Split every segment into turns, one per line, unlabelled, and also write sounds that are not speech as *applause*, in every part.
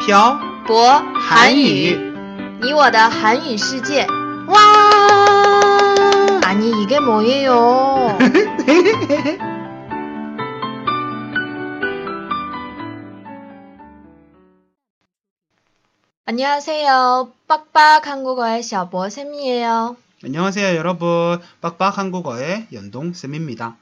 漂
博
韩
韩
语
语，你我的韩语世界。
와.
아니 이게 뭐예요? *laughs* 안녕하세요. 빡빡 한국어의 小博 쌤이에요.
안녕하세요, 여러분. 빡빡 한국어의 연동 쌤입니다.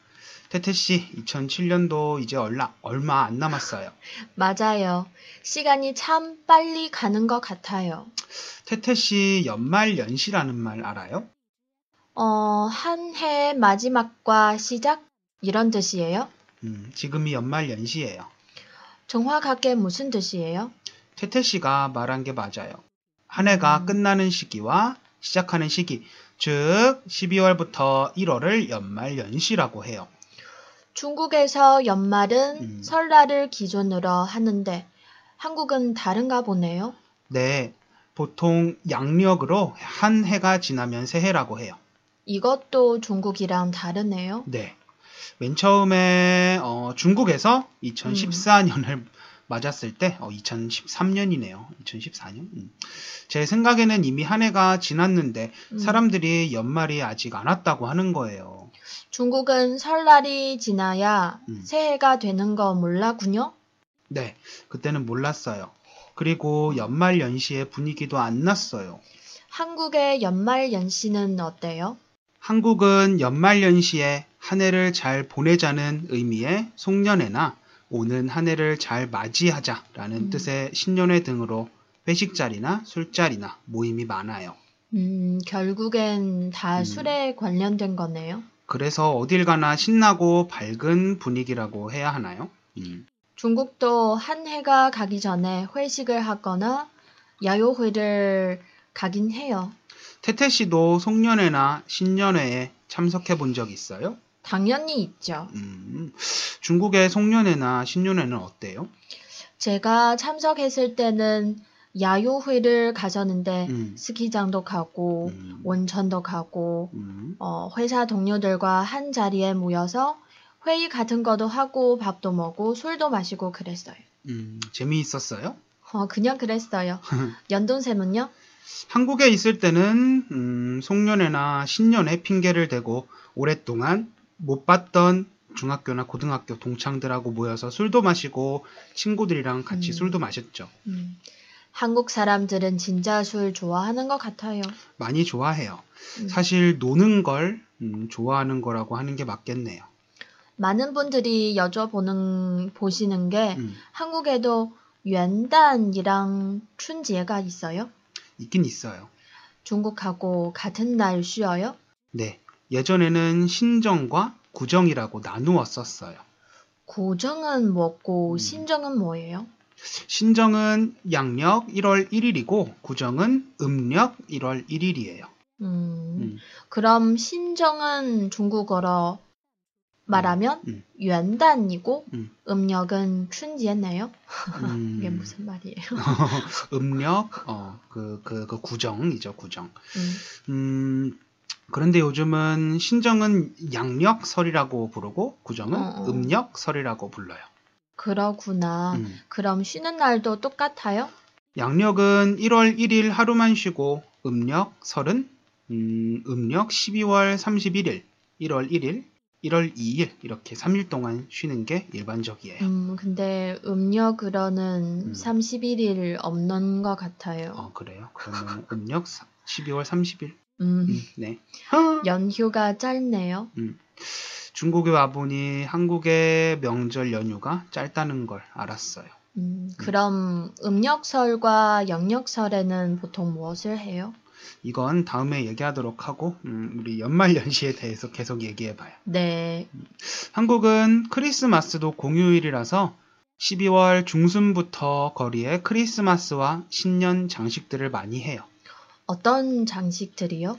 태태 씨, 2007년도 이제 얼라, 얼마 안 남았어요.
맞아요. 시간이 참 빨리 가는 것 같아요.
태태 씨 연말 연시라는 말 알아요?
어, 한 해 마지막과 시작 이런 뜻이에요?
음, 지금이 연말 연시예요.
정확하게 무슨 뜻이에요?
태태 씨가 말한 게 맞아요. 한 해가
음.
끝나는 시기와 시작하는 시기, 즉 12월부터 1월을 연말 연시라고 해요.
중국에서 연말은
음.
설날을 기준으로 하는데 한국은 다른가 보네요.
네, 보통 양력으로 한 해가 지나면 새해라고 해요.
이것도 중국이랑 다르네요.
네. 맨 처음에 어, 중국에서 2014년을 맞았을 때 어, 2013년이네요. 2014년. 음. 제 생각에는 이미 한 해가 지났는데
음,
사람들이 연말이 아직 안 왔다고 하는 거예요.
중국은 설날이 지나야
음.
새해가 되는 거 몰라군요.
네. 그때는 몰랐어요. 그리고 연말 연시에 분위기도 안 났어요.
한국의 연말 연시는 어때요?
한국은 연말 연시에 한 해를 잘 보내자는 의미의 송년회나 오는 한 해를 잘 맞이하자라는
음.
뜻의 신년회 등으로 회식 자리나 술자리나 모임이 많아요.
음, 결국엔 다
음.
술에 관련된 거네요.
그래서 어딜 가나 신나고 밝은 분위기라고 해야 하나요? 음.
중국도 한 해가 가기 전에 회식을 하거나 야유회를 가긴 해요.
태태 씨도 송년회나 신년회에 참석해 본 적 있어요?
당연히 있죠.
음. 중국의 송년회나 신년회는 어때요?
제가 참석했을 때는 야유회를 가졌는데
음.
스키장도 가고
음.
네. 뭐, 원천도 가고
음.
어, 회사 동료들과 한 자리에 모여서 회의 같은 것도 하고 밥도 먹고 술도 마시고 그랬어요.
음. 재미있었어요?
어,
*laughs*
그냥 그랬어요. 연돈샘은요?
한국에 있을 때는 음, 송년회나 신년회 핑계를 대고 오랫동안 못 봤던 중학교나 고등학교 동창들하고 모여서 술도 마시고 친구들이랑 같이
음.
술도 마셨죠.
음, 한국 사람들은 진짜 술 좋아하는 것 같아요.
많이 좋아해요.
음,
사실 노는 걸 음, 좋아하는 거라고 하는 게 맞겠네요.
많은 분들이 여쭤보는 보시는 게
음,
한국에도元旦이랑 춘제가 있어요.
있긴 있어요.
중국하고 같은 날 쉬어요?
네, 예전에는 신정과 구정이라고 나누었었어요.
고정은 뭐고
음.
신정은 뭐예요?
신정은 양력 1월 1일이고 구정은 음력 1월 1일이에요.
음, *laughs* 그럼 신정은 중국어로 말하면
음.
元旦이고
음.
음. 력은 춘제네요. 이게 무슨 말이에요?
*laughs* 음력, 어, 그, 그, 그 구정이죠, 구정.
음,
음, 그런데 요즘은 신정은 양력설이라고 부르고, 구정은
어, 아. 어.
음력설이라고 불러요.
그러구나.
음.
그럼 쉬는 날도 똑같아요?
양력은 1월 1일 하루만 쉬고, 음력설은, 음, 음력 12월 31일, 1월 1일, 1월 2일, 이렇게 3일 동안 쉬는 게 일반적이에요.
음, 근데 음력으로는
음.
31일 없는 것 같아요.
어, 그래요. 그러면 음력 사- 12월 30일.
음,
음, 네.
연휴가 짧네요.
중국에 와보니 한국의 명절 연휴가 짧다는 걸 알았어요.
음, 그럼 음력설과 영력설에는 보통 무엇을 해요?
이건 다음에 얘기하도록 하고, 음, 우리 연말 연시에 대해서 계속 얘기해봐요.
네,
한국은 크리스마스도 공휴일이라서 12월 중순부터 거리에 크리스마스와 신년 장식들을 많이 해요.
어떤 장식들이요?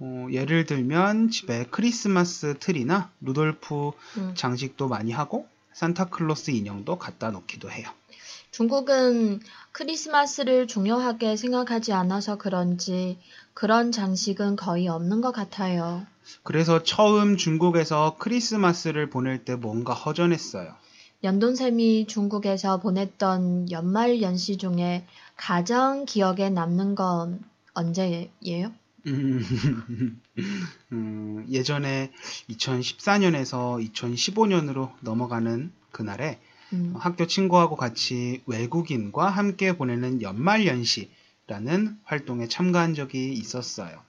어, 예를 들면 집에 크리스마스 트리나 루돌프
음,
장식도 많이 하고, 산타클로스 인형도 갖다 놓기도 해요.
중국은 크리스마스를 중요하게 생각하지 않아서 그런지 그런 장식은 거의 없는 것 같아요.
그래서 처음 중국에서 크리스마스를 보낼 때 뭔가 허전했어요.
연돈샘이 중국에서 보냈던 연말 연시 중에 가장 기억에 남는 건 언제예요?
음, *laughs* 음, 예전에 2014년에서 2015년으로 넘어가는 그날에
음,
학교 친구하고 같이 외국인과 함께 보내는 연말 연시라는 활동에 참가한 적이 있었어요.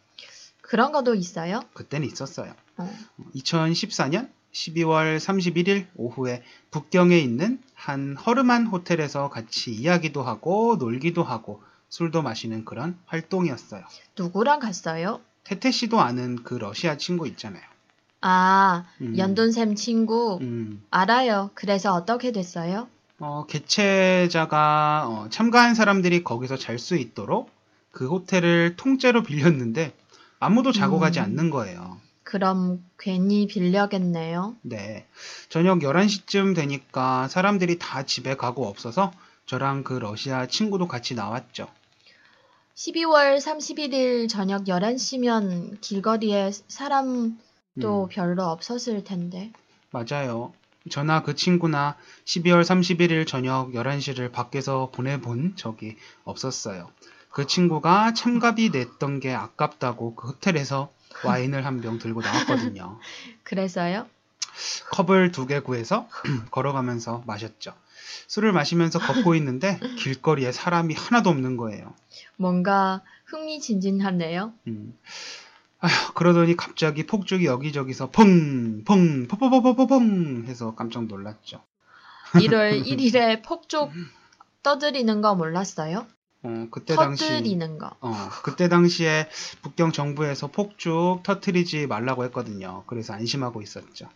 그런 것도 있어요?
그때는 있었어요.
어,
2014년 12월 31일 오후에 북경에 있는 한 허름한 호텔에서 같이 이야기도 하고 놀기도 하고 술도 마시는 그런 활동이었어요.
누구랑 갔어요?
태태 씨도 아는 그 러시아 친구 있잖아요.
아,
음,
연돈샘 친구.
음,
알아요. 그래서 어떻게 됐어요?
어, 개최자가 어, 참가한 사람들이 거기서 잘 수 있도록 그 호텔을 통째로 빌렸는데 아무도 자고
음.
가지 않는 거예요.
그럼 괜히 빌려겠네요.
네. 저녁 11시쯤 되니까 사람들이 다 집에 가고 없어서 저랑 그 러시아 친구도 같이 나왔죠.
12월 31일 저녁 11시면 길거리에 사람도
음,
별로 없었을 텐데.
맞아요. 저나 그 친구나 12월 31일 저녁 11시를 밖에서 보내본 적이 없었어요. 그 친구가 참가비 냈던 게 아깝다고 그 호텔에서 와인을 한 병 들고 나왔거든요. *laughs*
그래서요?
컵을 두 개 구해서 *clears throat* 걸어가면서 마셨죠. 술을 마시면서 걷고 있는데 길거리에 사람이 하나도 없는 거예요.
뭔가 흥미진진하네요.
음. 아휴, 그러더니 갑자기 폭죽이 여기저기서 펑, 펑, 퍼퍼퍼퍼펑 해서 깜짝 놀랐죠. *laughs*
1월 1일에 폭죽 떠들이는 거 몰랐어요?
어, 그때 당시,
터뜨리는 거.
어, 그때 당시에 북경 정부에서 폭죽 터트리지 말라고 했거든요. 그래서 안심하고 있었죠.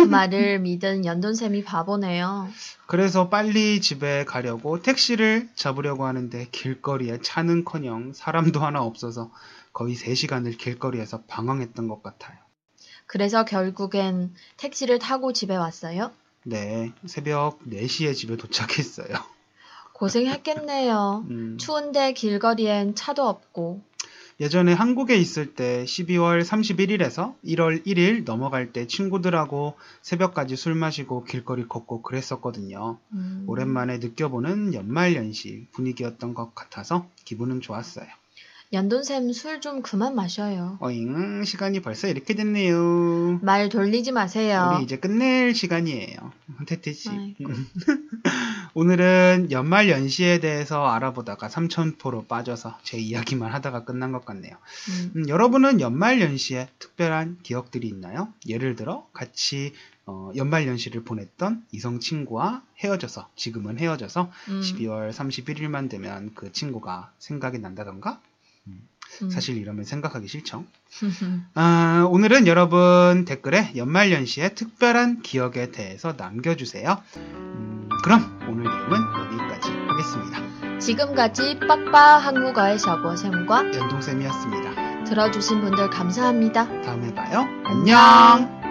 *laughs*
말을 믿은 연돈샘이 바보네요.
그래서 빨리 집에 가려고 택시를 잡으려고 하는데 길거리에 차는커녕 사람도 하나 없어서 거의 3시간을 길거리에서 방황했던 것 같아요.
그래서 결국엔 택시를 타고 집에 왔어요?
네, 새벽 4시에 집에
*laughs*
도착했어요.
고생했겠네요.
음,
추운데 길거리엔 차도 없고.
예전에 한국에 있을 때 12월 31일에서 1월 1일 넘어갈 때 친구들하고 새벽까지 술 마시고 길거리 걷고 그랬었거든요.
음,
오랜만에 느껴보는 연말연시 분위기였던 것 같아서 기분은 좋았어요.
연돈샘 술 좀 그만 마셔요.
어잉, 시간이 벌써 이렇게 됐네요.
말 돌리지 마세요.
우리 이제 끝낼 시간이에요. 태태 씨. 음.
아이고.
*laughs* 오늘은 연말 연시에 대해서 알아보다가 삼천포로 빠져서 제 이야기만 하다가 끝난 것 같네요.
음,
음, 여러분은 연말 연시에 특별한 기억들이 있나요? 예를 들어 같이 어, 연말 연시를 보냈던 이성 친구와 헤어져서 지금은 헤어져서
음,
12월 31일만 되면 그 친구가 생각이 난다던가
음.
사실 이러면 생각하기 싫죠. 아, 오늘은 여러분 댓글에 연말연시의 특별한 기억에 대해서 남겨주세요. 음, 그럼 오늘 내용은 여기까지 하겠습니다.
*laughs* 지금까지 빡빡 한국어의 샤보쌤과
연동쌤이었습니다.
들어주신 분들 감사합니다.
다음에 봐요. 안녕!